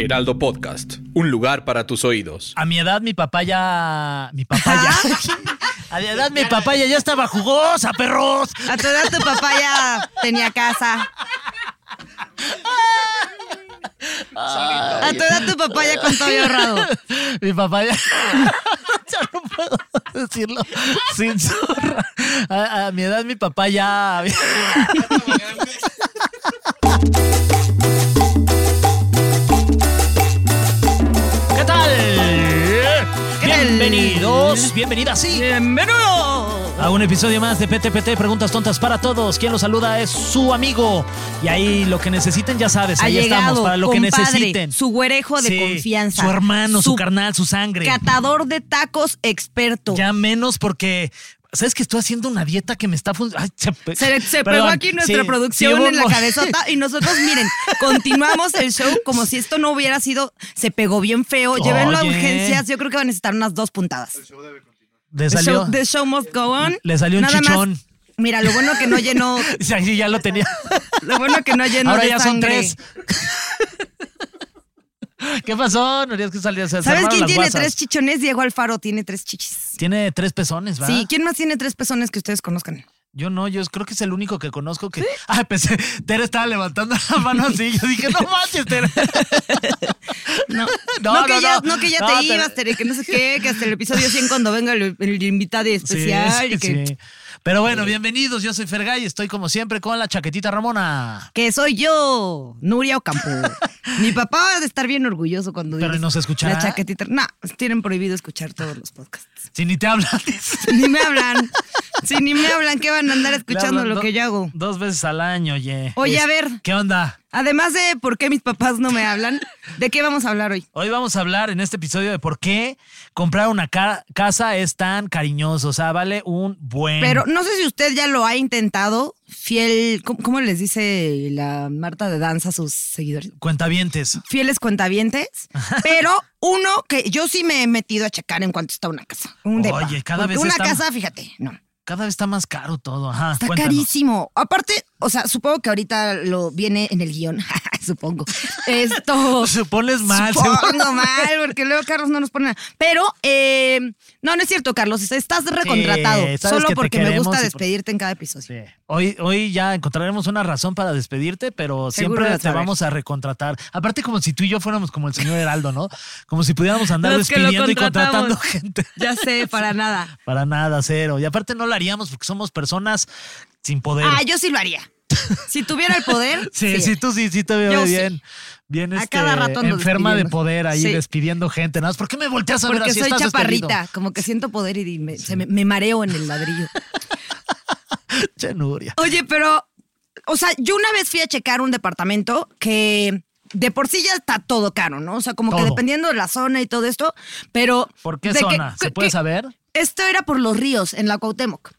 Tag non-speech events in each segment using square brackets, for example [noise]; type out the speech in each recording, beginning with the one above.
Heraldo Podcast, un lugar para tus oídos. A mi edad, mi papá ya. Mi papá ya. [laughs] A mi edad, mi papaya ya estaba jugosa, perros. A tu edad tu papá ya tenía casa. A tu edad tu papá ya con todo ahorrado. [laughs] Mi papá ya. ya no puedo decirlo sin zorra. A, a mi edad, mi papá ya. [laughs] ¿Qué tal? Bienvenidos, bienvenidas, sí. ¡Bienvenido! A un episodio más de PTPT, preguntas tontas para todos. Quien los saluda es su amigo. Y ahí lo que necesiten, ya sabes, Ha ahí llegado, estamos para lo que compadre, necesiten. su güerejo de Sí, confianza. Su hermano, su, Su carnal, su sangre. Catador de tacos experto. Ya menos porque. ¿Sabes que estoy haciendo una dieta que me está funcionando? Se, se pegó aquí nuestra producción en la cabezota y nosotros, miren, [laughs] continuamos el show como si esto no hubiera sido, se pegó bien feo. Llévenlo a Oye. urgencias, yo creo que van a necesitar unas dos puntadas. [laughs] Le The salió, show, the show must go on. Le salió un Nada más, chichón. mira, lo bueno que no llenó, [laughs] Sí, ya lo tenía. [laughs] lo bueno que no llenó Ahora de ya son sangre. tres. [laughs] ¿Qué pasó? No que salías se ¿Sabes armaron quién las tiene guasas. tres chichones? Diego Alfaro tiene tres chichis. Tiene tres pezones, ¿verdad? Sí, ¿quién más tiene tres pezones que ustedes conozcan? Yo no, yo creo que es el único que conozco [laughs] que. Ah, pensé, Tere estaba levantando la mano así. Yo dije, [laughs] no manches, Tere. No, [laughs] No, no, que, no, ya, no. no que ya No, te te- ibas, Tere, que no sé qué, que hasta el episodio 100 cuando venga el, el invitado especial. Sí, y que, Eh. sí. Pero bueno, bienvenidos. Yo soy Fergay y estoy como siempre con la chaquetita Ramona. que soy yo, [laughs] Nuria Ocampo. Mi papá ha de estar bien orgulloso cuando Pero oyes ¿y nos escuchará? La chaquetita. No, tienen prohibido escuchar todos los podcasts. [laughs] Si ni te hablas. [laughs] dice. Ni me hablan. Si ni me hablan, ¿qué van a andar Le escuchando hablan lo do- que yo hago? Dos veces al año, oye. Oye, a Es- ver. ¿Qué onda? Además de por qué mis papás no me hablan, ¿de qué vamos a hablar hoy? Hoy vamos a hablar en este episodio de por qué comprar una ca- casa es tan cariñoso. O sea, vale un buen. Pero no sé si usted ya lo ha intentado, fiel, ¿cómo, cómo les dice la Marta de Danza a sus seguidores? Cuentavientes. [laughs] Fieles cuentavientes, pero uno que yo sí me he metido a checar en cuanto está una casa. Un depa. Oye, cada Porque vez Una está- casa, fíjate, no. Cada vez está más caro todo. Ajá. Está cuéntanos. carísimo. Aparte, o sea, supongo que ahorita lo viene en el guión, [laughs] supongo. [laughs] Esto. Supones mal. Supongo mal, porque luego Carlos no nos pone nada. Pero, eh, no, no es cierto, Carlos. Estás recontratado. sabes solo que te porque me queremos gusta y por- despedirte en cada episodio. Sí. Hoy, hoy ya encontraremos una razón para despedirte, pero Seguro siempre vas te a ver. vamos a recontratar. Aparte, como si tú y yo fuéramos como el señor Heraldo, ¿no? Como si pudiéramos andar Los que lo despidiendo y contratando contratamos. gente. Ya sé, para nada. Para nada, cero. Y aparte no lo haríamos porque somos personas sin poder. Ah, yo sí lo haría. Si tuviera el poder. [laughs] sí, sí, tú sí, sí te veo Yo sí. bien. Bien, A este, cada rato ando enferma de despidiendo. poder ahí Sí. despidiendo gente. Nada más, ¿por qué me volteas a ver Porque así? soy Estás chaparrita, despedido. como que siento poder y me, se me- me mareo en el ladrillo. Che, Nuria. Oye, pero, o sea, yo una vez fui a checar un departamento que de por sí ya está todo caro, ¿no? O sea, como Todo. que dependiendo de la zona y todo esto, pero... ¿Por qué de que- zona? ¿Se que- puede que- saber? Esto era por los ríos, en la Cuauhtémoc.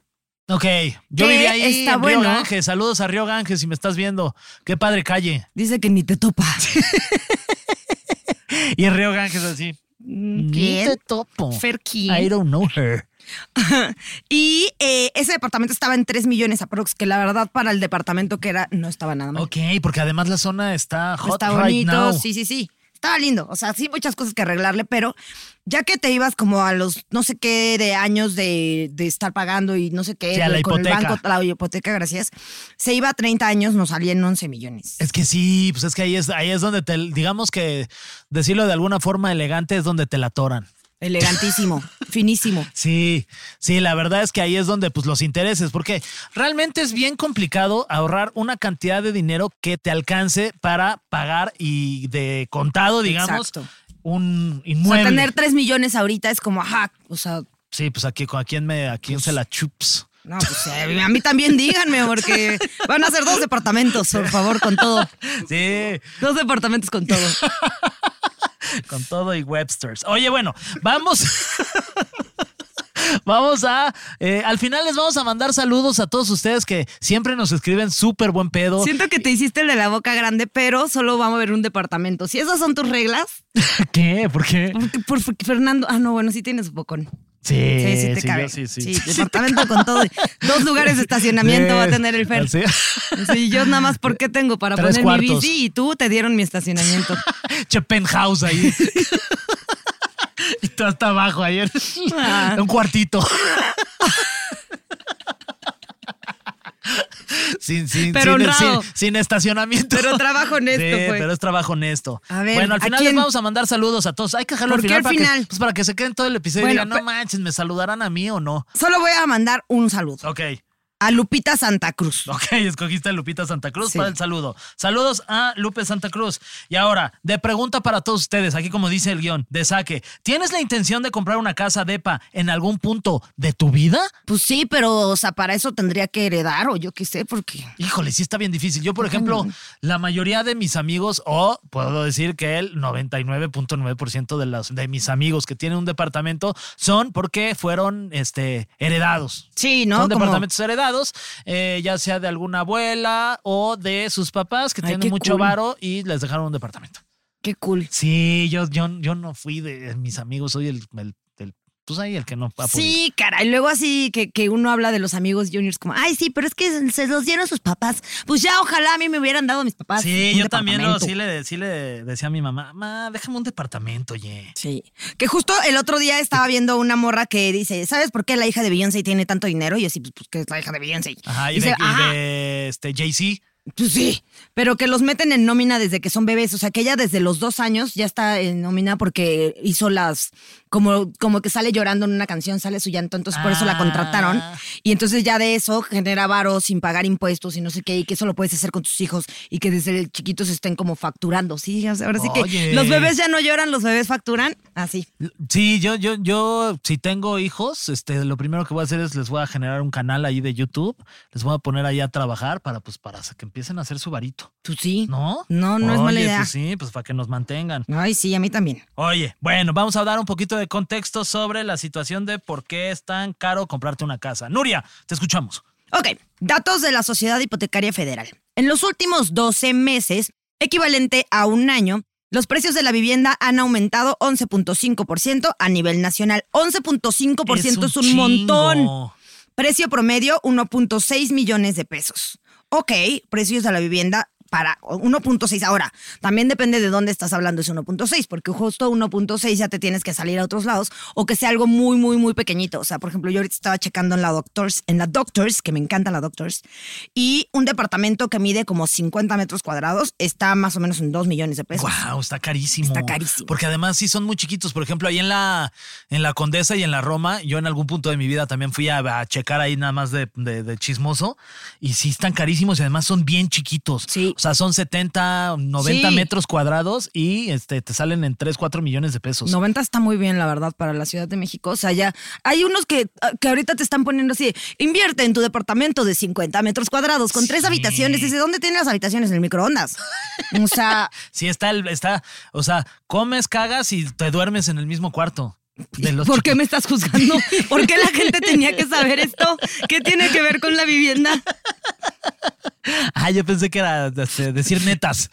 Ok, yo ¿Qué? vivía ahí Está en Río bueno. Ganges. Saludos a Río Ganges si me estás viendo. Qué padre calle. Dice que ni te [laughs] topa. Y en Río Ganges así. Ni te topo. Fer, ¿quién? I don't know her. Y eh, ese departamento estaba en 3 millones aprox, que la verdad para el departamento que era no estaba nada mal. Ok, porque además la zona está Oh, hot está right bonito, now. sí, sí, sí. Estaba lindo, o sea, sí, muchas cosas que arreglarle, pero ya que te ibas como a los no sé qué de años de, de estar pagando y no sé qué, Sí, a la de- con hipoteca. el banco, la hipoteca, gracias, se iba a 30 años, nos salía en 11 millones. Es que sí, pues es que ahí es, ahí es donde te, digamos que decirlo de alguna forma elegante es donde te la toran. [laughs] Elegantísimo, finísimo. Sí, sí, la verdad es que ahí es donde pues los intereses, porque realmente es bien complicado ahorrar una cantidad de dinero que te alcance para pagar y de contado, digamos, Exacto. un O inmueble. sea, tener 3 millones ahorita es como, ajá, o sea, [laughs] Sí, pues aquí, ¿a quién me, a quién se la chups? No, pues eh, a mí también díganme, porque van a ser dos departamentos, por favor, con todo. Sí, Dos departamentos [laughs] con todo. con todo y Websters. Oye, bueno, vamos. [laughs] Vamos a, eh, al final les vamos a mandar saludos a todos ustedes que siempre nos escriben súper buen pedo. Siento que te hiciste el de la boca grande, pero solo vamos a ver un departamento. Si esas son tus reglas, ¿Qué? ¿Por [laughs] qué? porque por F- Fernando. Ah, no, bueno, sí tienes bocón. Sí, Sí, sí te yo cabe. sí, [laughs] sí. Sí, departamento con todo. Dos lugares de estacionamiento va a tener el Fer. Sí. Sí, yo nada más porque tengo para Tres poner mi cuartos. bici y tú te dieron mi estacionamiento. Che, penthouse [laughs] ahí. y tú hasta abajo ayer. Ah. Un cuartito. sin, sin, Pero sin, honrado. sin- sin estacionamiento. Pero trabajo honesto, Sí, pues. pero es trabajo honesto. A ver, bueno, al ¿a final quién? les vamos a mandar saludos a todos. Hay que dejarlo ¿Por al qué final, al para, final? Que, pues para que se queden todo el episodio Bueno, y digan, no pe- manches, ¿me saludarán a mí o no? Solo voy a mandar un saludo Ok, a Lupita Santa Cruz. ok, escogiste a Lupita Santa Cruz Sí. para el saludo. Saludos a Lupe Santa Cruz. Y ahora, de pregunta para todos ustedes, aquí como dice el guión, de saque. ¿Tienes la intención de comprar una casa depa en algún punto de tu vida? Pues sí, pero o sea, para eso tendría que heredar o yo qué sé, porque Híjole, sí está bien difícil. Yo, por ejemplo, la mayoría de mis amigos, o puedo decir que el 99.9% de, las- de mis amigos que tienen un departamento son porque fueron este, heredados. Sí, ¿no? Son Como- departamentos heredados, eh, ya sea de alguna abuela o de sus papás que Ay, tienen qué mucho cool. varo y les dejaron un departamento. qué cool. Sí, yo, yo, yo no fui de mis amigos, soy el, el- el- pues ahí el que no ha podido. Sí, cara, y luego así que, que uno habla de los amigos juniors como, ay, sí, pero es que se los dieron sus papás. Pues ya, ojalá a mí me hubieran dado mis papás. Sí, un yo también lo, departamento. sí, le, sí le decía a mi mamá, mamá, déjame un departamento, oye. Sí. Que justo el otro día estaba viendo una morra que dice, ¿sabes por qué la hija de Beyoncé tiene tanto dinero? Y yo así, pues, pues, que es la hija de Beyoncé. Ajá, y, Dice, de, y "Ajá, de, este, Jay-Z. pues sí, pero que los meten en nómina desde que son bebés. O sea, que ella desde los dos años ya está en nómina porque hizo las, como, como que sale llorando en una canción, sale su llanto, entonces por eso la Ah. contrataron. Y entonces ya de eso genera varo sin pagar impuestos y no sé qué, y que eso lo puedes hacer con tus hijos y que desde chiquitos estén como facturando. Sí, O sea, ahora sí que Oye. los bebés ya no lloran, los bebés facturan. Ah, Así. Sí, yo, yo, yo, si tengo hijos, este, lo primero que voy a hacer es les voy a generar un canal ahí de YouTube, les voy a poner ahí a trabajar para, pues, para que empiecen a hacer su varito, Tú sí. ¿no? No, no es mala Oye, idea. Pues sí, pues para que nos mantengan. Ay, sí, a mí también. Oye, bueno, vamos a dar un poquito de contexto sobre la situación de por qué es tan caro comprarte una casa. Nuria, te escuchamos. Ok, datos de la Sociedad Hipotecaria Federal. En los últimos 12 meses, equivalente a un año, los precios de la vivienda han aumentado 11.5% a nivel nacional. 11.5% es un, chingo. montón. Precio promedio 1.6 millones de pesos. Ok, precios de la vivienda para 1.6. Ahora, también depende de dónde estás hablando ese 1.6, porque justo 1.6 ya te tienes que salir a otros lados o que sea algo muy, muy, muy pequeñito. O sea, por ejemplo, yo ahorita estaba checando en la Doctors, en la Doctors, que me encanta la Doctors, y un departamento que mide como 50 metros cuadrados está más o menos en 2 millones de pesos. Wow, está carísimo. Está carísimo. Porque además sí son muy chiquitos. Por ejemplo, ahí en la, en la Condesa y en la Roma, yo en algún punto de mi vida también fui a, a checar ahí nada más de, de- de chismoso. Y sí están carísimos y además son bien chiquitos. Sí. O sea, son 70, 90 Sí. metros cuadrados y este, te salen en 3, 4 millones de pesos. 90 está muy bien, la verdad, para la Ciudad de México. O sea, ya hay unos que, ah, que ahorita te están poniendo así, invierte en tu departamento de 50 metros cuadrados con tres Sí. habitaciones. Dice, ¿dónde tienen las habitaciones? En [laughs] el microondas. O sea, Sí, está, el, está, o sea, comes, cagas y te duermes en el mismo cuarto. De los ¿por qué me estás juzgando? ¿Por qué [laughs] la gente tenía que saber esto? ¿Qué tiene que ver con la vivienda? chiquitos. Ah, yo pensé que era este, decir [laughs] netas.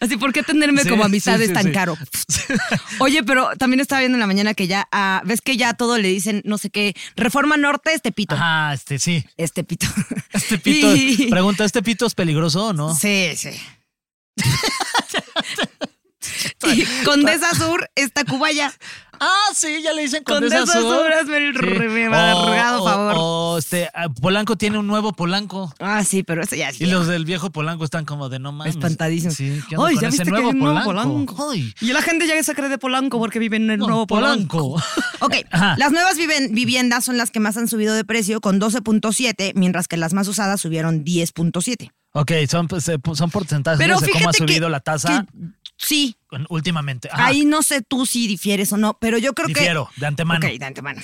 Así, ¿por qué tenerme Sí, como amistad sí, es sí, tan sí. caro? Oye, pero también estaba viendo en la mañana que ya, ah, ves que ya a todo le dicen, no sé qué, Reforma Norte, este pito. Ah, este, sí. Este pito. Este pito, Y- pregunta, ¿este pito es peligroso o no? Sí, sí. [laughs] [laughs] Y Condesa Sur está Cubaya. Ah, sí, ya le dicen Condesa Sur, hazme el Oh, rebargado O- favor. o, este, ah, Polanco tiene un nuevo Polanco. Ah, sí, pero eso ya es. Y los del viejo Polanco están como de no mames. Espantadísimos. Sí, ¿qué onda Ay, con ¿ya ese viste que nuevo hay un nuevo Polanco? Polanco? Ay, Y la gente ya se cree de Polanco porque viven en el no, nuevo [laughs] Polanco. Polanco. Ok, Ajá. las nuevas viven- viviendas son las que más han subido de precio con 12.7, mientras que las más usadas subieron 10.7. Ok, son, pues, eh, son porcentajes Pero de cómo ha fíjate que- subido la tasa. que Sí, con- últimamente. Ajá, ahí no sé tú si difieres o no, pero yo creo difiero, que... de antemano. Ok, de antemano.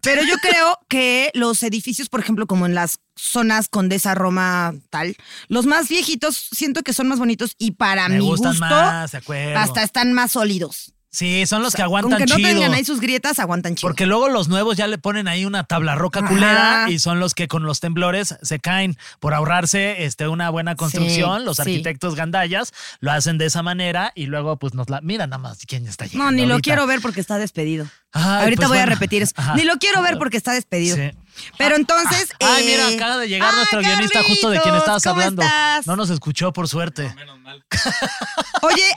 Pero yo creo que los edificios, por ejemplo, como en las zonas Condesa, Roma, tal, los más viejitos siento que son más bonitos y para Me mi gustan gusto más, de acuerdo. hasta están más sólidos. Sí, son los que Con aguantan que no chido. tengan ahí sus grietas, aguantan chido. Porque luego los nuevos ya le ponen ahí una tabla roca culera Ajá. y son los que con los temblores se caen por ahorrarse este, una buena construcción. los sí. arquitectos gandallas lo hacen de esa manera y luego pues nos la... Mira nada más quién está llegando no, ni lo ahorita. quiero ver porque está despedido. Ay, Ahorita pues voy a bueno. repetir eso. Ajá. Ni lo quiero ver porque está despedido. Sí. Ah, Pero entonces. Ay, eh, mira, acaba de llegar ¡Ah, nuestro guionista justo de quien Carlitos! estabas ¿Cómo hablando. estás? No nos escuchó, por suerte. Oye,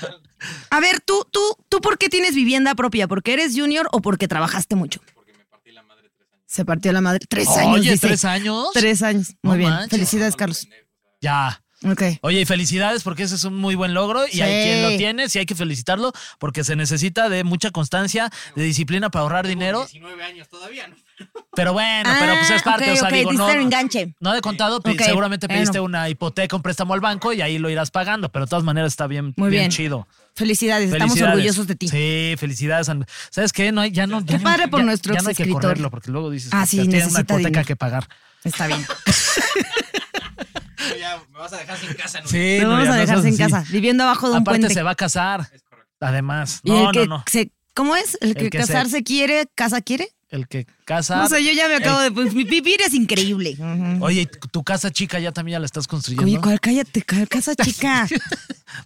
a ver, tú, tú, tú, ¿por qué tienes vivienda propia? ¿Porque eres junior o porque trabajaste mucho? Porque me partí la madre tres años. Se partió la madre tres años. Oye, dice. ¿tres años? Tres años. Muy No bien. manches. Felicidades, Carlos. Ya. Ok. Oye, y felicidades porque ese es un muy buen logro y hay Sí. quien lo tiene, sí hay que felicitarlo porque se necesita de mucha constancia, de disciplina para ahorrar dinero. 19 años todavía, ¿no? [laughs] Pero bueno, pero pues es Ah, parte, ok, o sea, ok, digo, diste no, el enganche. no de contado, pi- Ok, seguramente pediste bueno. una hipoteca, un préstamo al banco y ahí lo irás pagando, pero de todas maneras está bien, Muy bien, bien. chido. Felicidades. Estamos Felicidades. orgullosos de ti. Sí, felicidades. An- ¿Sabes qué? No hay, ya no, ya Qué no- padre por ya- nuestro ya no hay que exescritor. correrlo porque luego dices Ah, que sí, tiene una necesita hipoteca dinero. que pagar. [laughs] Está bien. Ya me vas a dejar sin casa. ¿no? Sí, Te no, vamos ya a no dejar seas sin así. casa, viviendo abajo de un Aparte puente. se va a casar. Además, Y no, el que no, no. se- ¿Cómo es? ¿El que, que se- Ah. casarse quiere, casa quiere? El que casa. No sé, yo ya me Eh. acabo de. pues, mi vivir es increíble. Ujú. Oye, ¿y tu tu casa chica ya también ya la estás construyendo. Oye, ¿cuál? Cállate, ¿cuál casa [laughs] chica.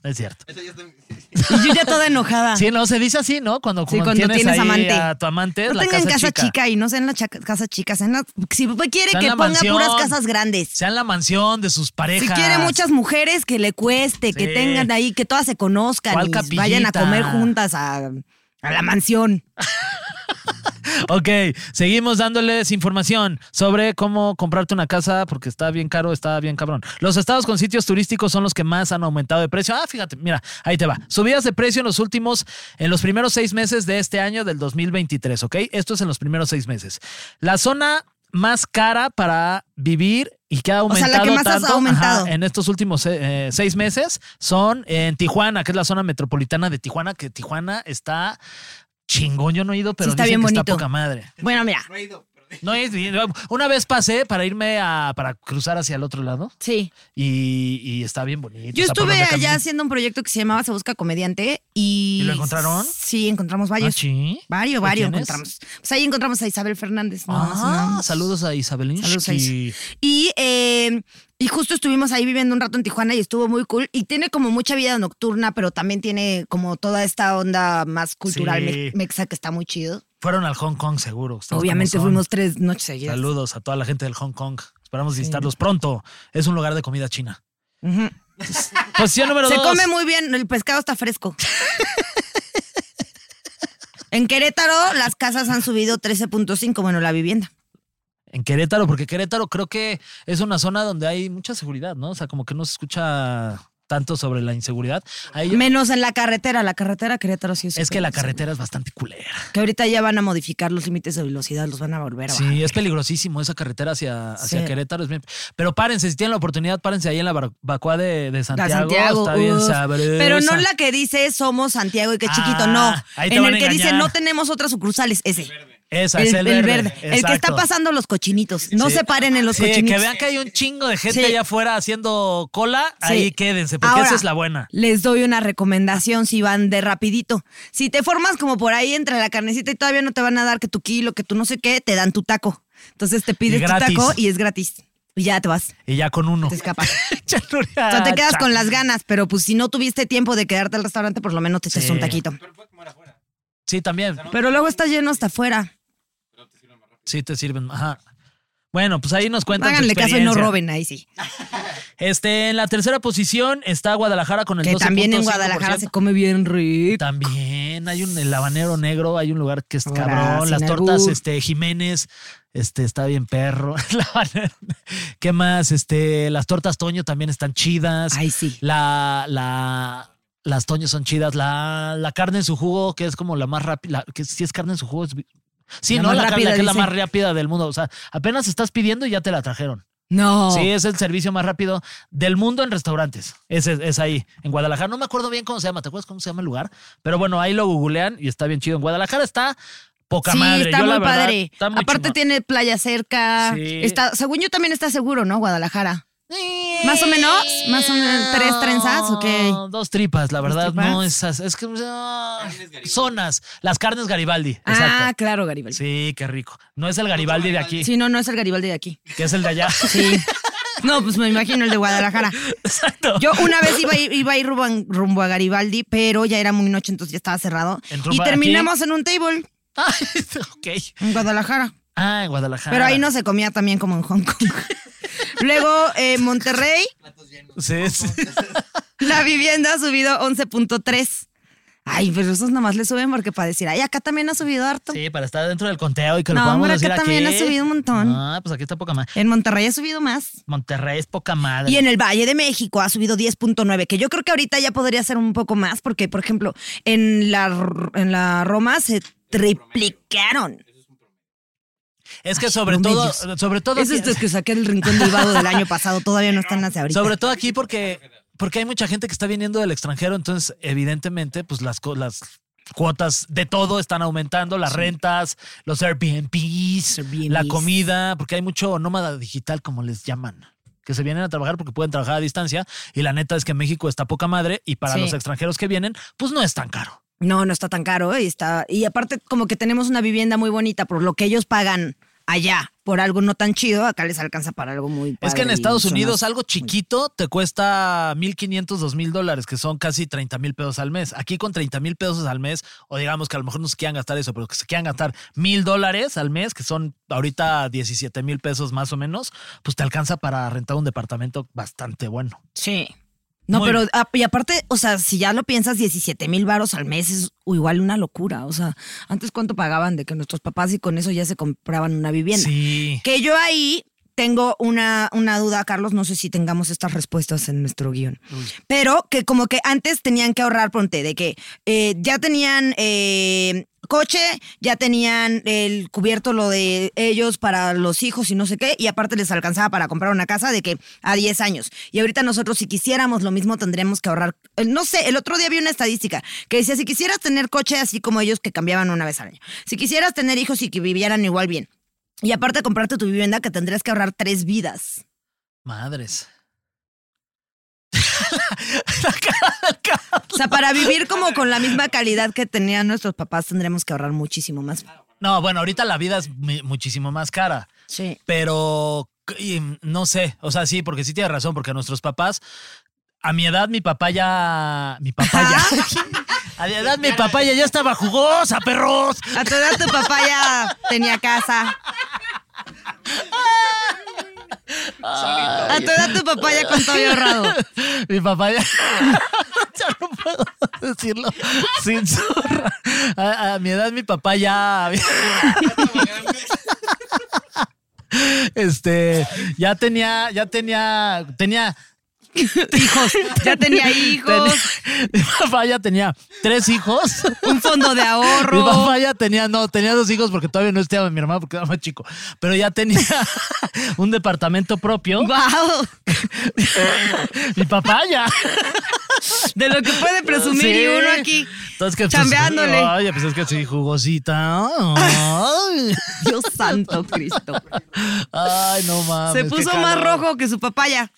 No es cierto. Y yo ya toda enojada. Sí, no, se dice así, ¿no? Cuando, Sí, cuando cuando tienes, tienes ahí amante. a tu amante, no la tengan casa, chica. y no sean la chaca- casa chica. sean la- si quiere Sean que la ponga mansión. puras casas grandes. Sea en la mansión de sus parejas. Si quiere muchas mujeres que le cueste, que Sí. tengan ahí, que todas se conozcan ¿Cuál y capillita? vayan a comer juntas a, a la mansión. Ok, seguimos dándoles información sobre cómo comprarte una casa porque está bien caro, está bien cabrón. Los estados con sitios turísticos son los que más han aumentado de precio. Ah, fíjate, mira, ahí te va. Subidas de precio en los últimos, en los primeros seis meses de este año del 2023, ¿ok? Esto es en los primeros seis meses. La zona más cara para vivir y que ha sea, aumentado la que más has tanto, ajá, aumentado. en estos últimos eh, seis meses son en Tijuana, que es la zona metropolitana de Tijuana, que Tijuana está chingón, yo no he ido, pero está dicen bien que está bonito. poca madre. Bueno, mira. No he ido, pero No es una vez pasé para irme a para cruzar hacia el otro lado Sí. y, y está bien bonito. Yo o sea, por estuve donde allá camino. haciendo un proyecto que se llamaba Se Busca Comediante y. ¿Y lo encontraron? Sí, encontramos Ah, varios. sí. Varios, ¿Lo varios tienes? encontramos. Pues ahí encontramos a Isabel Fernández. nada más y nada Ah, más. saludos a Isabelín. Saludos a Isa. Y, eh, y justo estuvimos ahí viviendo un rato en Tijuana y estuvo muy cool. Y tiene como mucha vida nocturna, pero también tiene como toda esta onda más cultural Sí. mex- mexa que está muy chido. Fueron al Hong Kong seguro. ustedes como Obviamente son. fuimos tres noches seguidas. Saludos a toda la gente del Hong Kong. Esperamos visitarlos pronto. Es un lugar de comida china. Ujú. Posición número Se dos. come muy bien, el pescado está fresco. en Querétaro las casas han subido 13.5, bueno, la vivienda. En Querétaro, porque Querétaro creo que es una zona donde hay mucha seguridad, ¿no? O sea, como que no se escucha tanto sobre la inseguridad. Ahí yo- Menos en la carretera, la carretera Querétaro sí es. es que la peligrosa. carretera es bastante culera. Que ahorita ya van a modificar los límites de velocidad, los van a volver a bajar. Sí, es peligrosísimo esa carretera hacia, hacia Sí. Querétaro. es bien- Pero párense, si tienen la oportunidad, párense ahí en la bar- Bacoa de, de La Santiago. Santiago, Está bien uf. sabrosa. Pero no la que dice somos Santiago y qué chiquito, Ah, no. ahí te en van el a que dice engañar. no tenemos otras sucursales, ese. Esa, es el, verde. El que está exacto. pasando los cochinitos. No se paren en los Sí, cochinitos. que vean que hay un chingo de gente Sí. allá afuera haciendo cola, Sí. ahí quédense, porque Ahora, esa es la buena. Les doy una recomendación si van de rapidito. Si te formas como por ahí entre la carnecita y todavía no te van a dar que tu kilo, que tu no sé qué, te dan tu taco. Entonces te pides tu gratis. taco y es gratis. Y ya te vas, Y ya con uno. te escapas. o [laughs] Ya no le sea, te quedas hacha. con las ganas, pero pues si no tuviste tiempo de quedarte al restaurante, por lo menos te echas Sí. un taquito. Sí, también. Pero luego está lleno hasta afuera. Sí, te sirven. Ajá. Bueno, pues ahí nos cuentan. su Háganle caso y no experiencia. roben, ahí sí. Este, en la tercera posición está Guadalajara con el Que también en 12.5%. Guadalajara se come bien rico. También hay un el habanero negro, hay un lugar que es Ahora, cabrón, las sin tortas albur. este Jiménez, este está bien perro. [laughs] El habanero. ¿Qué más? Este, las tortas Toño también están chidas. Ay, sí. La la las Toño son chidas, la, la carne en su jugo que es como la más rápida, que si es carne en su jugo es Sí, La no, más la carne rápida, que es la dice. más rápida del mundo, o sea, apenas estás pidiendo y ya te la trajeron. No. Sí, es el servicio más rápido del mundo en restaurantes. Es, es, es ahí, en Guadalajara. No me acuerdo bien cómo se llama. ¿Te acuerdas cómo se llama el lugar? Pero bueno, ahí lo googlean y está bien chido. En Guadalajara está poca Sí, madre. está Yo, muy la verdad, padre. está muy Aparte chingón. tiene playa cerca. Sí. Está, según yo también está seguro, ¿no? Guadalajara. ¿Más o menos? ¿Más o menos tres trenzas o qué? Dos tripas, la verdad, tripas? no esas. Es que. ah, zonas. Las carnes Garibaldi. Ah, Exacto. claro, Garibaldi. Sí. Sí, qué rico. No es el Garibaldi de aquí, no, no es el Garibaldi de aquí. que es el de allá. [laughs] Sí. [laughs] No, pues me imagino el de Guadalajara. Exacto. Yo una vez iba a ir, iba a ir rumbo, a- rumbo a Garibaldi, pero ya era muy noche, entonces ya estaba cerrado. ¿En rumbo Y a aquí? terminamos en un table Ah, ok. en Guadalajara. Ah, en Guadalajara. Pero ahí no se comía también como en Hong [laughs] Kong. Luego, eh, Monterrey, Sí, sí. [laughs] la vivienda ha subido 11.3. Ay, pero esos nomás le suben porque para decir, ay, acá también ha subido harto. Sí, para estar dentro del conteo y que lo No, podamos hombre, decir acá aquí. también ha subido un montón. Ah, pues aquí está poca madre. En Monterrey ha subido más. Monterrey es poca madre. Y en el Valle de México ha subido 10.9, que yo creo que ahorita ya podría ser un poco más, porque, por ejemplo, en la, R- en la Roma se triplicaron. es que sobre no todo, medios. sobre todo, Es aquí, esto que saqué el rincón del vado del año pasado, todavía no están hacia ahorita. sobre todo aquí porque, porque hay mucha gente que está viniendo del extranjero, entonces evidentemente pues las, co- las cuotas de todo están aumentando, las rentas, los Airbnbs, Airbnbs. la comida, porque hay mucho nómada digital como les llaman. Que se vienen a trabajar porque pueden trabajar a distancia. Y la neta es que México está poca madre. Y para Sí. los extranjeros que vienen, pues no es tan caro. No, no está tan caro eh, y está y aparte como que tenemos una vivienda muy bonita por lo que ellos pagan allá por algo no tan chido, acá les alcanza para algo muy Es que en padre y Estados mucho Unidos más. algo chiquito te cuesta 1.500, 2.000 dólares, que son casi 30 mil pesos al mes. Aquí con 30 mil pesos al mes, o digamos que a lo mejor no se quieran gastar eso, pero que se quieran gastar 1.000 dólares al mes, que son ahorita 17 mil pesos más o menos, pues te alcanza para rentar un departamento bastante bueno. Sí. No, Muy pero bien. ah, y aparte, o sea, si ya lo piensas, 17 mil varos al mes es igual una locura. O sea, antes cuánto pagaban de que nuestros papás y con eso ya se compraban una vivienda. Sí. Que yo ahí tengo una, una duda, Carlos, no sé si tengamos estas respuestas en nuestro guión. Pero que como que antes tenían que ahorrar, ponte, de que eh, ya tenían eh, coche, ya tenían el cubierto lo de ellos para los hijos y no sé qué, y aparte les alcanzaba para comprar una casa de que a 10 años. Y ahorita nosotros si quisiéramos lo mismo tendremos que ahorrar. Eh, No sé, el otro día vi una estadística que decía, si quisieras tener coche así como ellos que cambiaban una vez al año, si quisieras tener hijos y que vivieran igual bien. Y aparte comprarte tu vivienda que tendrías que ahorrar tres vidas. Madres. La cara del cabrón. O sea, para vivir como con la misma calidad que tenían nuestros papás tendremos que ahorrar muchísimo más. No, bueno, ahorita la vida es mi- muchísimo más cara. Sí. pero y, no sé, o sea, sí, porque sí tienes razón, porque nuestros papás, a mi edad, mi papá ya. Mi papá ya. A mi edad, mi papá ya, ya estaba jugosa, perros. A tu edad tu papá ya tenía casa. A tu edad tu papá ya contó había ahorrado. Mi papá ya. [laughs] ya no puedo decirlo sin zorra. A, a mi edad, mi papá ya. [laughs] había- Este, ya tenía, ya tenía, tenía, Hijos. Ya tenía hijos. tenía- [laughs] mi papá ya tenía tres hijos. Un fondo de Mi ahorro. papá ya tenía, no, tenía dos hijos porque todavía no estaba mi hermano porque era más chico, pero ya tenía [laughs] un departamento propio. Wow. mi papá ya. De lo que puede presumir Sí. y uno aquí. Entonces que pues, Chambeándole. oye, pues es que soy jugosita. Ay, Dios santo Cristo. Ay, no mames. Se qué puso calor. más rojo que su papá ya.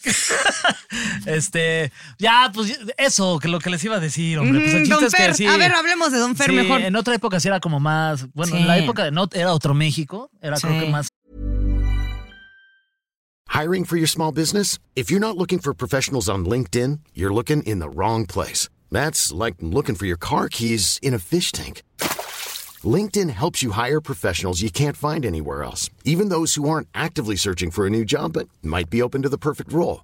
Este, ya, pues eso, que lo que les iba a decir, hombre. Pues el Mm, chiste Don es que Fer, sí. a ver, hablemos de Don Fer sí, mejor. En otra época sí era como más. Bueno, Sí. en la época de Not era otro México. Era creo Sí. que más Hiring for your small business? If you're not looking for professionals on LinkedIn, you're looking in the wrong place. That's like looking for your car keys in a fish tank. LinkedIn helps you hire professionals you can't find anywhere else, even those who aren't actively searching for a new job but might be open to the perfect role.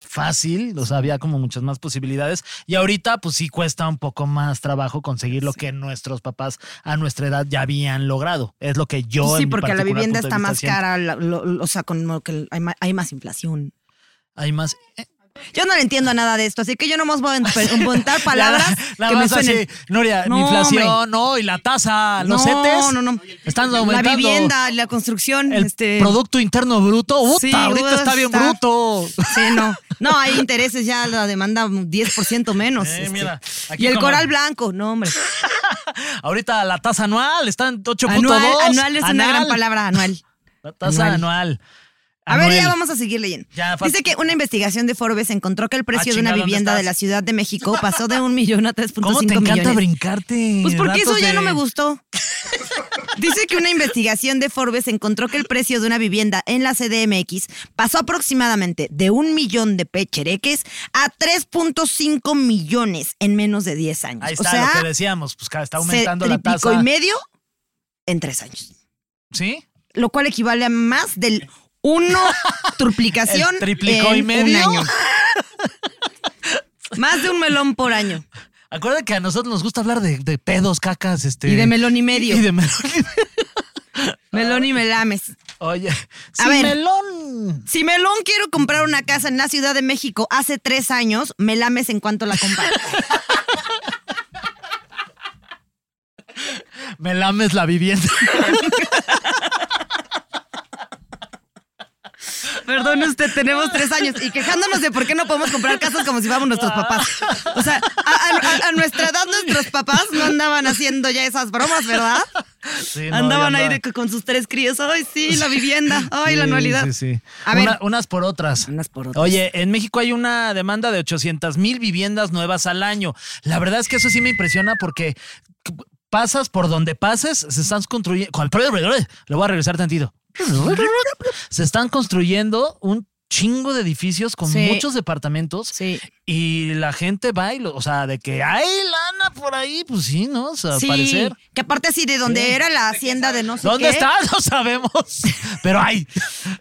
fácil, o sea, había como muchas más posibilidades y ahorita pues sí cuesta un poco más trabajo conseguir lo que nuestros papás a nuestra edad ya habían logrado. Es lo que yo... Pues sí, en mi porque la particular vivienda punto de vista está más siento. cara, la- lo- lo- o sea, con lo que hay ma- hay más inflación. Hay más... eh, Yo no le entiendo a nada de esto, así que yo nomás voy a inv- [laughs] inventar palabras la, que me vas así, suenen. Nuria, No, inflación, hombre. no, y la tasa, los No, CETES. no, no. Están La aumentando. vivienda, la construcción, El este Producto Interno Bruto, puta, Sí, ahorita uh, está bien está- bruto. [laughs] Sí, no. No, hay intereses ya, la demanda un 10% menos. Eh, este. mira, aquí y el como- coral blanco, no, hombre. Ahorita la tasa anual está en 8.2. Anual, anual es una Anual. gran palabra, anual. La tasa anual. A ver, Anuel. ya vamos a seguir leyendo. Ya, fa- Dice que una investigación de Forbes encontró que el precio Ah, de chinga, una ¿dónde vivienda de estás? la Ciudad de México pasó de un millón a 3.5 ¿Cómo millones. te encanta brincarte? Pues porque eso datos ya de- no me gustó. [laughs] Dice que una investigación de Forbes encontró que el precio de una vivienda en la CDMX pasó aproximadamente de un millón de pechereques a 3.5 millones en menos de 10 años. Ahí o está sea, lo que decíamos, pues cada- está se aumentando la triplicó tasa. y medio en 3 años. ¿Sí? Lo cual equivale a más del [laughs] 1 triplicación El triplicó en y medio. un año. Más de un melón por año. Acuérdate que a nosotros nos gusta hablar de, de pedos, cacas, este. Y de melón y medio. Y de melón. Melón y melames. Oye, A sí, ver. melón. Si Melón quiero comprar una casa en la Ciudad de México hace tres años, me lames en cuanto la compra. Me lames la vivienda. Perdón usted, tenemos tres años y quejándonos de por qué no podemos comprar casas como si fuéramos nuestros papás. O sea, a, a- a- a nuestra edad nuestros papás no andaban haciendo ya esas bromas, ¿verdad? Sí, no, Andaban ya ahí no. de que con sus tres críos. Ay, sí, la vivienda. Ay, la Sí, anualidad. Sí, sí. A ver. Una- unas por otras. Unas por otras. Oye, en México hay una demanda de 800 mil viviendas nuevas al año. La verdad es que eso sí me impresiona porque c- pasas por donde pases, se están construyendo. Lo voy a regresar tantito. Se están construyendo un chingo de edificios con Sí. muchos departamentos Sí. y la gente va y lo, o sea, de que hay lana por ahí, pues sí, ¿no? O sea, al parecer. que aparte así de donde era la hacienda de no sé ¿Dónde qué. está? [laughs] No sabemos, pero hay.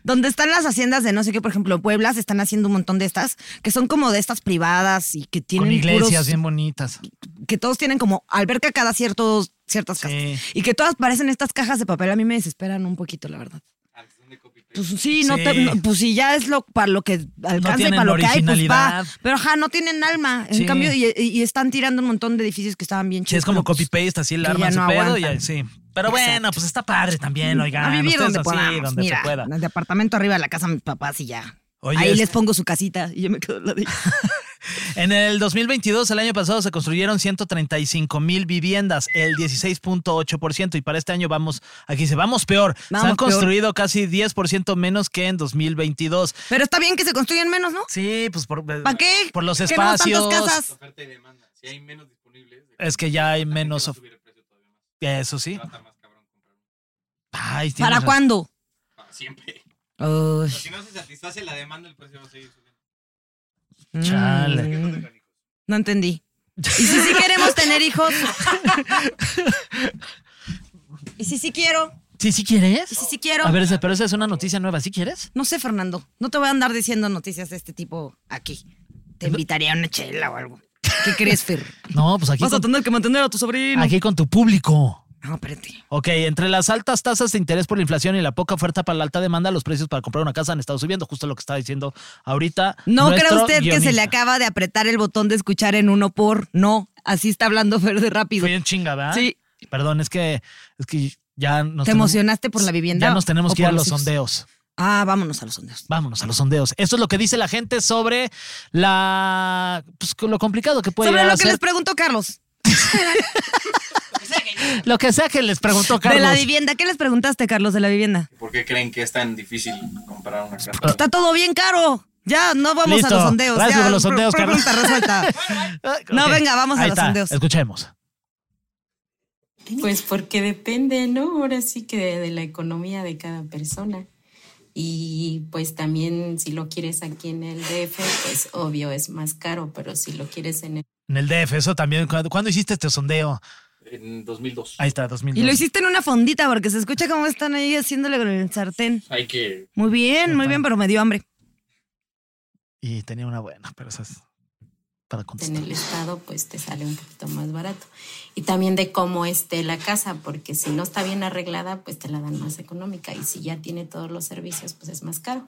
Donde están las haciendas de no sé qué, por ejemplo, en Puebla se están haciendo un montón de estas, que son como de estas privadas y que tienen Con iglesias puros- bien bonitas. que todos tienen como alberca cada ciertos ciertas Sí. casas y que todas parecen estas cajas de papel a mí me desesperan un poquito la verdad pues sí, no Sí. te- no, pues si ya es lo para lo que alcanza y tienen para lo que hay, pues va. originalidad. Pero ajá, no tienen alma. En Sí. cambio, y, y- y están tirando un montón de edificios que estaban bien Sí, chidos. es como pero, copy pues, paste, así el que arma ya su no pedo y aguantan. Mm, ahí, sí. Pero bueno, pues está padre también, oigan. A vivir ustedes donde así, podamos, donde mira, se pueda. de apartamento arriba de la casa de mis papás y ya. Oye, Ahí este- les pongo su casita y yo me quedo en la [laughs] de ellos. En el 2022, el año pasado, se construyeron 135 mil viviendas, el 16.8%. Y para este año vamos, aquí se vamos peor. se Vamos han peor. construido casi 10% menos que en 2022. Pero está bien que se construyan menos, ¿no? Sí, pues por, ¿Para qué? por los Que no tantas espacios. casas. Oferta y demanda. Si hay menos disponibles, Es que ya hay menos. va a of- subir el precio todavía más. Eso sí. Va a estar más cabrón comprar uno. Ay, tienes ¿Para razón. cuándo? Ah, siempre. Uy, Si no se satisface la demanda, el precio va a seguir subiendo. Chale. mm, No entendí. ¿Y si sí queremos tener hijos? ¿Y si sí quiero? Sí, sí quieres. ¿Y si sí quiero? A ver, esa- pero esa es una noticia nueva. ¿Sí quieres? No sé, Fernando. No te voy a andar diciendo noticias de este tipo aquí. Te invitaría a una chela o algo. ¿Qué crees, Fer? No, pues aquí. Vas a con- tener que mantener a tu sobrino. Aquí con tu público. No, espérate. Ok, entre las altas tasas de interés por la inflación y la poca oferta para la alta demanda, los precios para comprar una casa han estado subiendo, justo lo que estaba diciendo ahorita. No nuestro crea usted que se le guionista. acaba de apretar el botón de escuchar en uno por. No, así está hablando Fer de rápido. Fui en chinga, ¿verdad? Sí. Perdón, es que, es que ya nos. ¿Te tenemos- emocionaste por la vivienda? Ya nos tenemos o que ir a por los hijos? sondeos. Ah, vámonos a los sondeos. Vámonos a los sondeos. Esto es lo que dice la gente sobre la. Pues, lo complicado que puede Sobre llegar lo a que ser. les preguntó Carlos. O sea, que Lo que sea que les preguntó [laughs] De Carlos. la vivienda. ¿Qué les preguntaste, Carlos, de la vivienda? ¿Por qué creen que es tan difícil comprar una casa? Está todo bien caro. Ya, no vamos Ah. Listo. a los sondeos. Gracias ya, por los pr- sondeos, pregunta Carlos. resuelta. [laughs] No, Ah, Ok, venga, vamos a ahí los está, sondeos. Escuchemos. Pues porque depende, ¿no? Ahora sí que de, de la economía de cada persona. Y pues también si lo quieres aquí en el DF, pues obvio es más caro, pero si lo quieres en el... En el DF, eso también. ¿Cuándo, cuándo hiciste este sondeo? En 2002. Ahí está, 2000. Y lo hiciste en una fondita porque se escucha cómo están ahí haciéndole con el sartén. Hay que. Muy bien, muy bien, pero me dio hambre. Y tenía una buena, pero esa es para en contestar. el estado, pues te sale un poquito más barato. Y también de cómo esté la casa, porque si no está bien arreglada, pues te la dan más económica. Y si ya tiene todos los servicios, pues es más caro.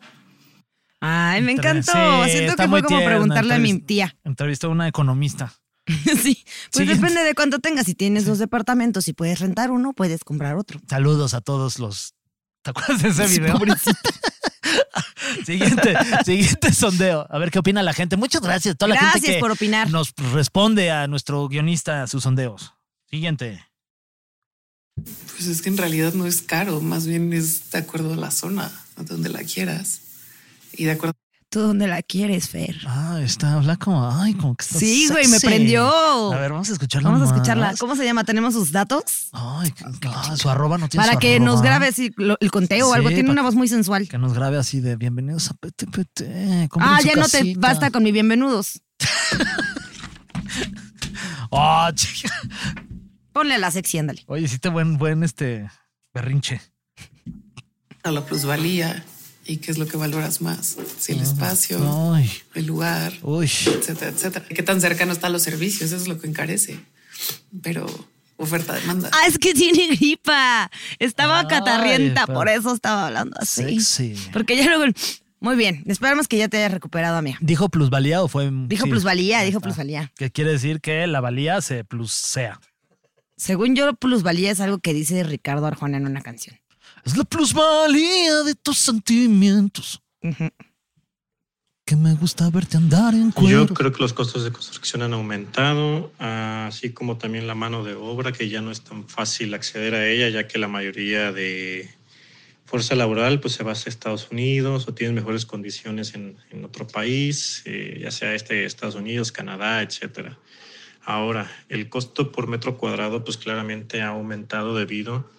Ay, me encantó. Sí, Siento está que muy fue como tierna, preguntarle a mi entrevista. tía. [laughs] Entrevistó a una economista. sí, pues Siguiente. depende de cuánto tengas. Si tienes dos departamentos y puedes rentar uno, puedes comprar otro. Saludos a todos los. ¿Te acuerdas de ese video? [laughs] siguiente, siguiente sondeo. A ver qué opina la gente. Muchas gracias. Toda la gente Gracias que por opinar. nos responde a nuestro guionista a sus sondeos. Siguiente. Pues es que en realidad no es caro, más bien es de acuerdo a la zona, a donde la quieras. Y de acuerdo Tú donde la quieres, Fer. Ah, está, habla como, ay, como que está Sí, güey, me sexy. prendió. A ver, vamos a escucharla. Vamos a más. escucharla. ¿Cómo se llama? ¿Tenemos sus datos? Ay, qué- ah, su arroba no tiene Para su que arroba. nos grabe si lo- el conteo o algo. Sí, Tiene pa- una voz muy sensual. Que nos grabe así de bienvenidos a PTPT. Ah, ya no te basta con mi bienvenidos. Oh, chica. Ponle a la sexy, ándale. Oye, hiciste buen, buen este berrinche. a la plusvalía y qué es lo que valoras más, si el espacio, Ay, el lugar, uy. etcétera, etcétera. Qué tan cercano están los servicios, eso es lo que encarece. Pero oferta-demanda. Ah, es que tiene gripa. Estaba Ay, catarrienta, pero- por eso estaba hablando así. Sexy. Porque ya luego. el- Muy bien, esperamos que ya te hayas recuperado, amiga. ¿Dijo plusvalía o fue.? Dijo sí. plusvalía, Ahí dijo está. plusvalía. Que quiere decir que la valía se plussea. Según yo, plusvalía es algo que dice Ricardo Arjona en una canción. Es la plusvalía de tus sentimientos. Ujú. Que me gusta verte andar en cuero. Yo creo que los costos de construcción han aumentado, así como también la mano de obra, que ya no es tan fácil acceder a ella, ya que la mayoría de fuerza laboral pues, se va hacia Estados Unidos o tienes mejores condiciones en, en otro país, eh, ya sea este Estados Unidos, Canadá, etcétera. Ahora, el costo por metro cuadrado pues claramente ha aumentado debido a,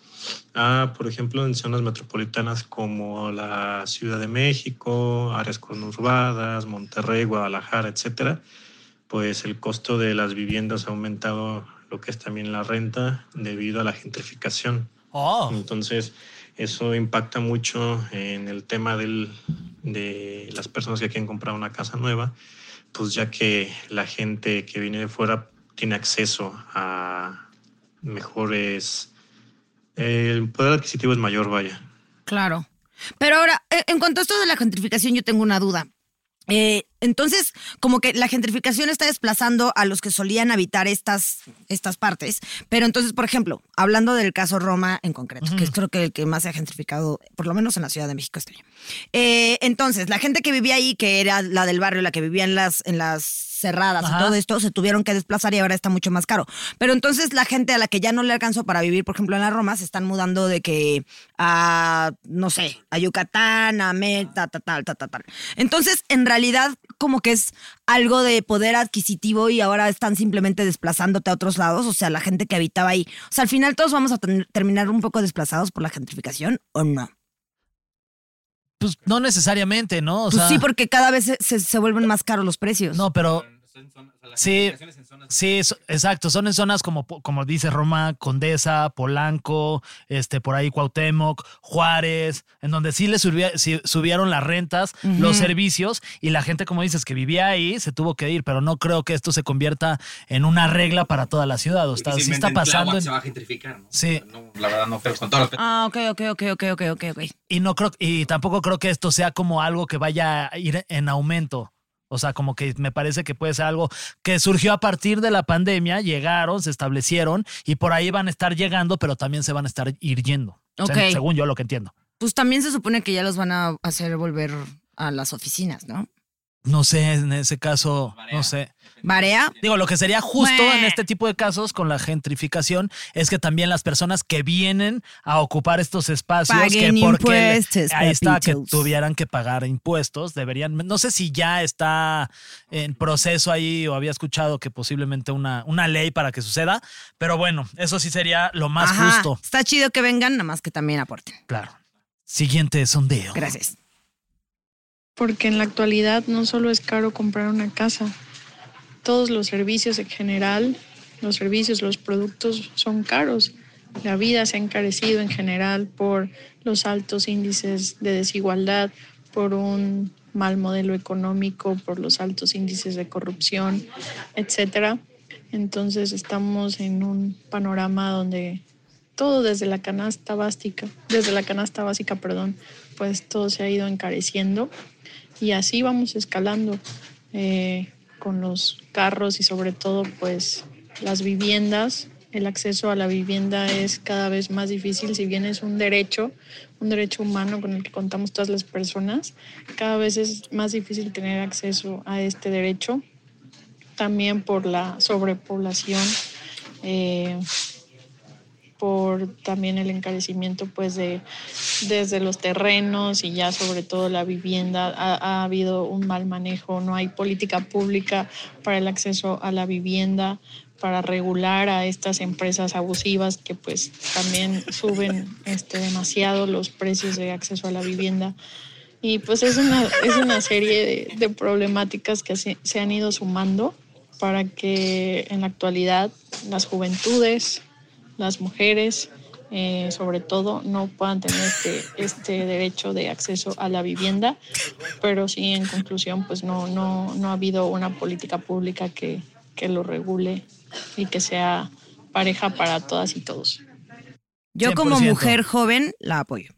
Ah, por ejemplo, en zonas metropolitanas como la Ciudad de México, áreas conurbadas, Monterrey, Guadalajara, etcétera, pues el costo de las viviendas ha aumentado lo que es también la renta debido a la gentrificación. Oh, Entonces, eso impacta mucho en el tema del- de las personas que quieren comprar una casa nueva, pues ya que la gente que viene de fuera tiene acceso a mejores... El poder adquisitivo es mayor, vaya. Claro. Pero ahora, eh, en cuanto a esto de la gentrificación, yo tengo una duda. Eh, entonces, como que la gentrificación está desplazando a los que solían habitar estas, estas partes. Pero entonces, por ejemplo, hablando del caso Roma en concreto, que es creo que el que más se ha gentrificado, por lo menos en la Ciudad de México este año. Eh, entonces, la gente que vivía ahí, que era la del barrio, la que vivía en las, en las cerradas y Ajá. todo esto, se tuvieron que desplazar y ahora está mucho más caro. Pero entonces la gente a la que ya no le alcanzó para vivir, por ejemplo, en la Roma, se están mudando de que a, no sé, a Yucatán, a Meta, tal, tal, tal, tal, tal. Entonces, en realidad, como que es algo de poder adquisitivo y ahora están simplemente desplazándote a otros lados, o sea, la gente que habitaba ahí. O sea, al final todos vamos a ten- terminar un poco desplazados por la gentrificación o no. pues no necesariamente, ¿no? O Pues sea, sí, porque cada vez se, se- se vuelven más caros los precios. No, pero Son zonas- o sea, las Sí. edificaciones en zonas- sí, es- exacto. Son en zonas como, po- como dice Roma, Condesa, Polanco, este, por ahí Cuauhtémoc, Juárez, en donde sí le subia- sí subieron las rentas, Ujú. los servicios y la gente, como dices, que vivía ahí se tuvo que ir, pero no creo que esto se convierta en una regla para toda la ciudad. O está, sí Difícilmente está en pasando. Tláhuac en- Se va a gentrificar, ¿no? Sí. No, la verdad, no, pero con todo respeto. Ah, ok, ok, ok, ok, ok, ok, ok. Y no creo, y tampoco creo que esto sea como algo que vaya a ir en aumento. O sea, como que me parece que puede ser algo que surgió a partir de la pandemia, llegaron, se establecieron y por ahí van a estar llegando, pero también se van a estar ir yendo. O sea, Ok. según yo lo que entiendo. Pues también se supone que ya los van a hacer volver a las oficinas, ¿no? no sé, en ese caso, no sé. Varea. Digo, lo que sería justo Bueno. en este tipo de casos con la gentrificación es que también las personas que vienen a ocupar estos espacios, Paguen que porque le- impuestos, ahí está, que papitos. tuvieran que pagar impuestos, deberían, no sé si ya está en proceso ahí o había escuchado que posiblemente una, una ley para que suceda, pero bueno, eso sí sería lo más Ajá, justo. Está chido que vengan, nada más que también aporten. Claro. Siguiente sondeo. Gracias. porque en la actualidad no solo es caro comprar una casa, todos los servicios en general, los servicios, los productos son caros. La vida se ha encarecido en general por los altos índices de desigualdad, por un mal modelo económico, por los altos índices de corrupción, etcétera. Entonces estamos en un panorama donde todo desde la canasta básica, desde la canasta básica, perdón, pues todo se ha ido encareciendo y así vamos escalando eh, con los carros y sobre todo pues las viviendas. El acceso a la vivienda es cada vez más difícil, si bien es un derecho, un derecho humano con el que contamos todas las personas, cada vez es más difícil tener acceso a este derecho, también por la sobrepoblación, eh, por también el encarecimiento pues de desde los terrenos y ya sobre todo la vivienda. Ha, ha habido un mal manejo, no hay política pública para el acceso a la vivienda, para regular a estas empresas abusivas que pues también suben este, demasiado los precios de acceso a la vivienda. Y pues es una, es una serie de, de problemáticas que se, se han ido sumando para que en la actualidad las juventudes, las mujeres, eh, sobre todo, no puedan tener este, este derecho de acceso a la vivienda, pero sí, en conclusión, pues no, no, no ha habido una política pública que, que lo regule y que sea pareja para todas y todos. Yo como 100%. mujer joven la apoyo.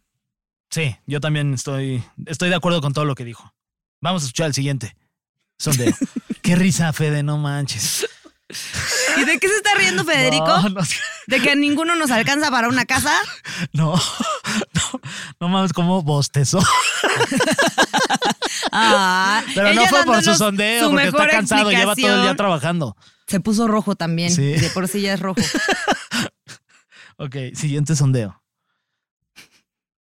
Sí, yo también estoy, estoy de acuerdo con todo lo que dijo. Vamos a escuchar el siguiente [laughs] sondeo. Qué risa, Fede, no manches. ¿Y de qué se está riendo Federico? No, no, ¿De que ninguno nos alcanza para una casa? no, [laughs] no, no mames, como bostezó. Ah, Pero no ella fue por su dándonos sondeo, su porque está mejor cansado, lleva todo el día explicación. trabajando. Se puso rojo también. Sí. De por sí ya es rojo. Ok, siguiente sondeo.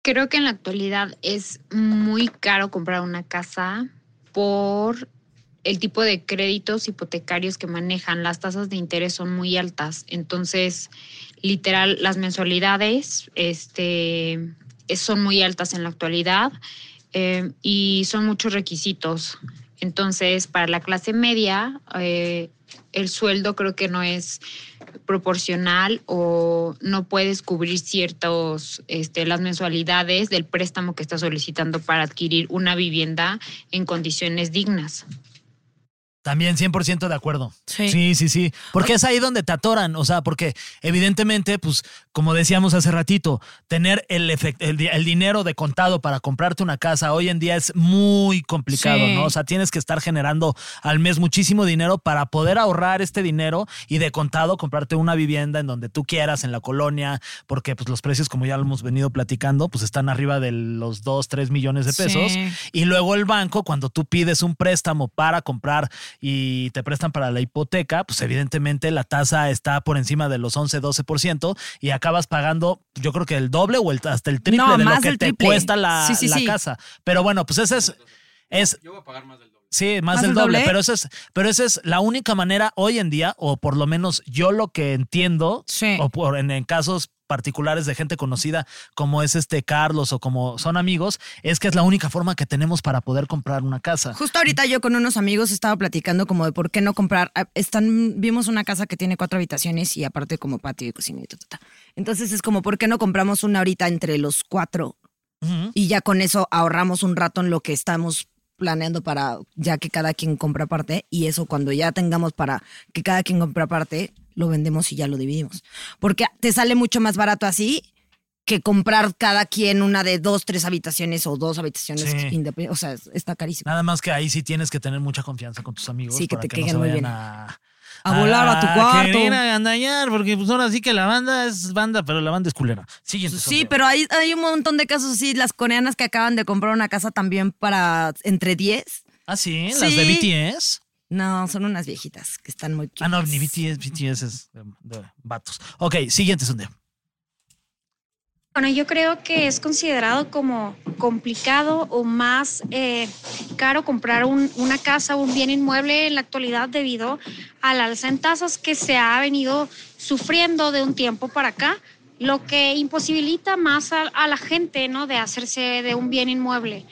Creo que en la actualidad es muy caro comprar una casa por el tipo de créditos hipotecarios que manejan. Las tasas de interés son muy altas. Entonces, literal, las mensualidades este, es- son muy altas en la actualidad eh, y son muchos requisitos. Entonces, para la clase media, eh, el sueldo creo que no es proporcional o no puedes cubrir ciertos este, las mensualidades del préstamo que estás solicitando para adquirir una vivienda en condiciones dignas. También 100% de acuerdo. Sí, sí, sí. Porque es ahí donde te atoran. O sea, porque evidentemente, pues, como decíamos hace ratito, tener el, efect- el, di- el dinero de contado para comprarte una casa hoy en día es muy complicado, Sí. ¿no? O sea, tienes que estar generando al mes muchísimo dinero para poder ahorrar este dinero y de contado comprarte una vivienda en donde tú quieras, en la colonia, porque pues los precios, como ya lo hemos venido platicando, pues están arriba de los 2, 3 millones de pesos. Sí. Y luego el banco, cuando tú pides un préstamo para comprar y te prestan para la hipoteca, pues evidentemente la tasa está por encima de los 11, 12% y acabas pagando, yo creo que el doble o el- hasta el triple No, de más lo que el te triple. cuesta la, Sí, sí, la sí. casa. Pero bueno, pues ese es. es Yo voy a pagar más del doble. Sí, más, ¿Más del el doble, doble? pero esa es, pero esa es la única manera hoy en día, o por lo menos yo lo que entiendo, Sí. o por, en, en casos particulares de gente conocida como es este Carlos o como son amigos, es que es la única forma que tenemos para poder comprar una casa. Justo ahorita yo con unos amigos estaba platicando como de por qué no comprar. ah, Están, vimos una casa que tiene cuatro habitaciones y aparte como patio y cocina y ta, ta, ta. Entonces es como, ¿por qué no compramos una ahorita entre los cuatro? Ujú. Y ya con eso ahorramos un rato en lo que estamos planeando para, ya que cada quien compra parte, y eso cuando ya tengamos para que cada quien compra parte, lo vendemos y ya lo dividimos. Porque te sale mucho más barato así que comprar cada quien una de dos, tres habitaciones o dos habitaciones Sí. independientes. O sea, es- está carísimo. Nada más que ahí sí tienes que tener mucha confianza con tus amigos Sí, que para te que, no caigan se muy vayan bien. a Ah, A volar a tu cuarto. querer agandallar, porque pues ahora sí que la banda es banda, pero la banda es culera. Siguiente Sí, sondeo. pero hay, hay un montón de casos así, las coreanas que acaban de comprar una casa también para entre 10 ¿Ah, sí? ¿Las de BTS? No, son unas viejitas que están muy Ah, no, ni BTS, BTS es de, de vatos. Ok, siguiente sondeo. Bueno, yo creo que es considerado como complicado o más eh, caro comprar un- una casa o un bien inmueble en la actualidad debido al alza en tasas que se ha venido sufriendo de un tiempo para acá, lo que imposibilita más a, a la gente ¿no? de hacerse de un bien inmueble.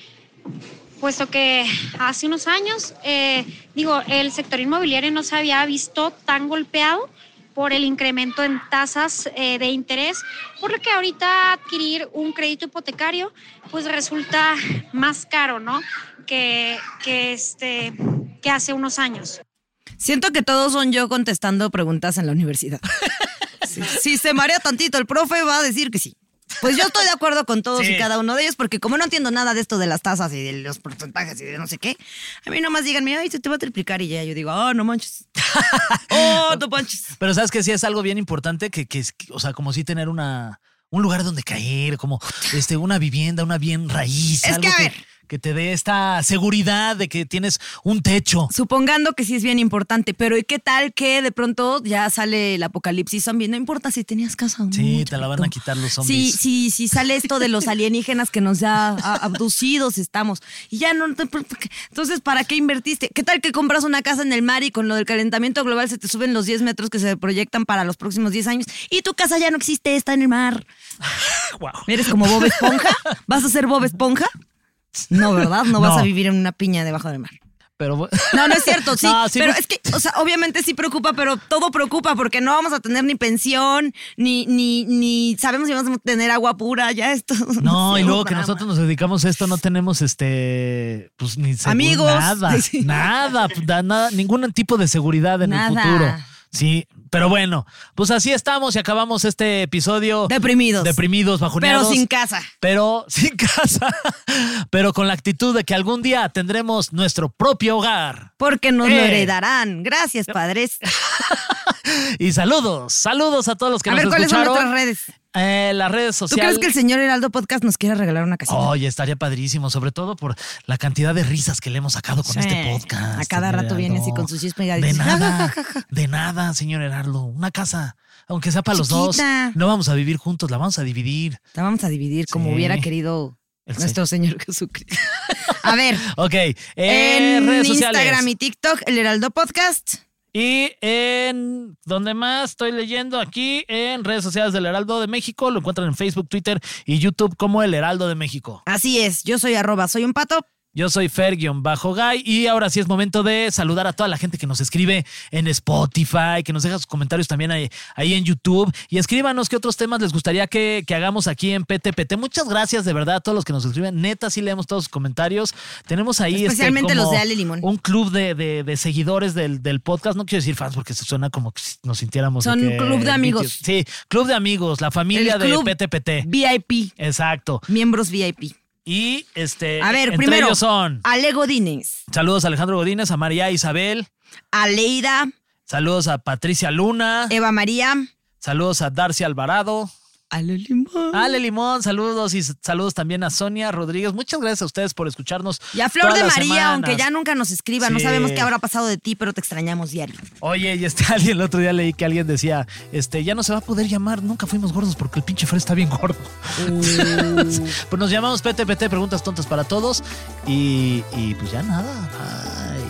Puesto que hace unos años, eh, digo, el sector inmobiliario no se había visto tan golpeado por el incremento en tasas eh, de interés, por lo que ahorita adquirir un crédito hipotecario pues resulta más caro, ¿no? Que, que, este, que hace unos años. Siento que todos son yo contestando preguntas en la [laughs] universidad. Sí. Si se marea tantito, el profe va a decir que sí. Pues yo estoy de acuerdo con todos Sí. y cada uno de ellos, porque como no entiendo nada de esto de las tasas y de los porcentajes y de no sé qué, a mí nomás díganme, ay, se te va a triplicar y ya yo digo, ah, no manches. [laughs] oh, no manches. Pero sabes que sí es algo bien importante que, que es, que, o sea, como sí tener una, un lugar donde caer, como este, una vivienda, una bien raíz, Es algo que, a que, ver. que te dé esta seguridad de que tienes un techo. Supongando que sí es bien importante, pero ¿y qué tal que de pronto ya sale el apocalipsis zombie? No importa si tenías casa o no. Sí, te la van a quitar los Sí, zombies. sí, sí sale esto de los alienígenas que nos ya a- abducidos estamos. Y ya no. te- Entonces, ¿para qué invertiste? ¿Qué tal que compras una casa en el mar y con lo del calentamiento global se te suben los 10 metros que se proyectan para los próximos 10 años y tu casa ya no existe, está en [laughs] el mar? ¿Eres como Bob Esponja? ¿Vas a ser Bob Esponja? No, ¿verdad? No, vas No. a vivir en una piña debajo del mar. Pero bu- No, no es cierto, [laughs] sí. No, sí, pero pues- es que, o sea, obviamente sí preocupa, pero todo preocupa porque no vamos a tener ni pensión, ni, ni, ni sabemos si vamos a tener agua pura, ya esto. No, [laughs] Sí, y luego un que drama. nosotros nos dedicamos a esto, no tenemos este, pues ni seguro, Amigos. nada, Ay, sí. nada, pues, da- nada, ningún tipo de seguridad en Nada. el futuro. Sí, pero bueno, pues así estamos y acabamos este episodio. Deprimidos. Deprimidos, bajoneados. Pero sin casa. Pero sin [laughs] casa, pero con la actitud de que algún día tendremos nuestro propio hogar. Porque nos lo Eh. heredarán. Gracias, padres. Y saludos, saludos a todos los que A nos ver, ¿cuáles son escucharon. nuestras redes? Eh, las redes ¿Tú sociales. crees que el señor Heraldo Podcast nos quiera regalar una casita? Oye, estaría padrísimo, sobre todo por la cantidad de risas que le hemos sacado con Sí. este podcast. Eh, A cada señor rato viene así Heraldo. con sus chistes De pegaditos. nada, de nada, señor Heraldo. Una casa, aunque sea para los dos. Chiquita. No vamos a vivir juntos, la vamos a dividir. La vamos a dividir como Sí. hubiera querido El nuestro señor [laughs] Jesucristo. A ver. Ok, eh, en redes sociales. Instagram y TikTok, el Heraldo Podcast. Y en donde más estoy leyendo aquí en redes sociales del Heraldo de México, lo encuentran en Facebook, Twitter y YouTube como el Heraldo de México. Así es, yo soy arroba, soy un pato. Yo soy Fer-Gay y ahora sí es momento de saludar a toda la gente que nos escribe en Spotify, que nos deja sus comentarios también ahí, ahí en YouTube y escríbanos qué otros temas les gustaría que, que hagamos aquí en PTPT. Muchas gracias de verdad a todos los que nos escriben. Neta, sí leemos todos sus comentarios. Tenemos ahí... este, Especialmente los como de Ale Limón. Un club de, de- de seguidores del, del podcast. No quiero decir fans porque se suena como que nos sintiéramos... Son que- club de amigos. Sí, club de amigos, la familia El club de PTPT. VIP. Exacto. Miembros VIP. Y este... A ver, entre primero, ellos son... Ale Godínez, Saludos a Alejandro Godínez, a María Isabel. A Leida. Saludos a Patricia Luna. Eva María. Saludos a Darcy Alvarado. Ale Limón. Ale Limón, saludos y s- saludos también a Sonia Rodríguez. Muchas gracias a ustedes por escucharnos. y a Flor todas de las María, semanas. aunque ya nunca nos escriba, no Sí. sabemos qué habrá pasado de ti, pero te extrañamos diario. Oye, y este [laughs] alguien, el otro día leí que alguien decía, este, ya no se va a poder llamar, nunca fuimos gordos porque el pinche Fred está bien gordo. Mm. [laughs] pues nos llamamos PTPT, preguntas tontas para todos. Y, y pues ya nada. Bye.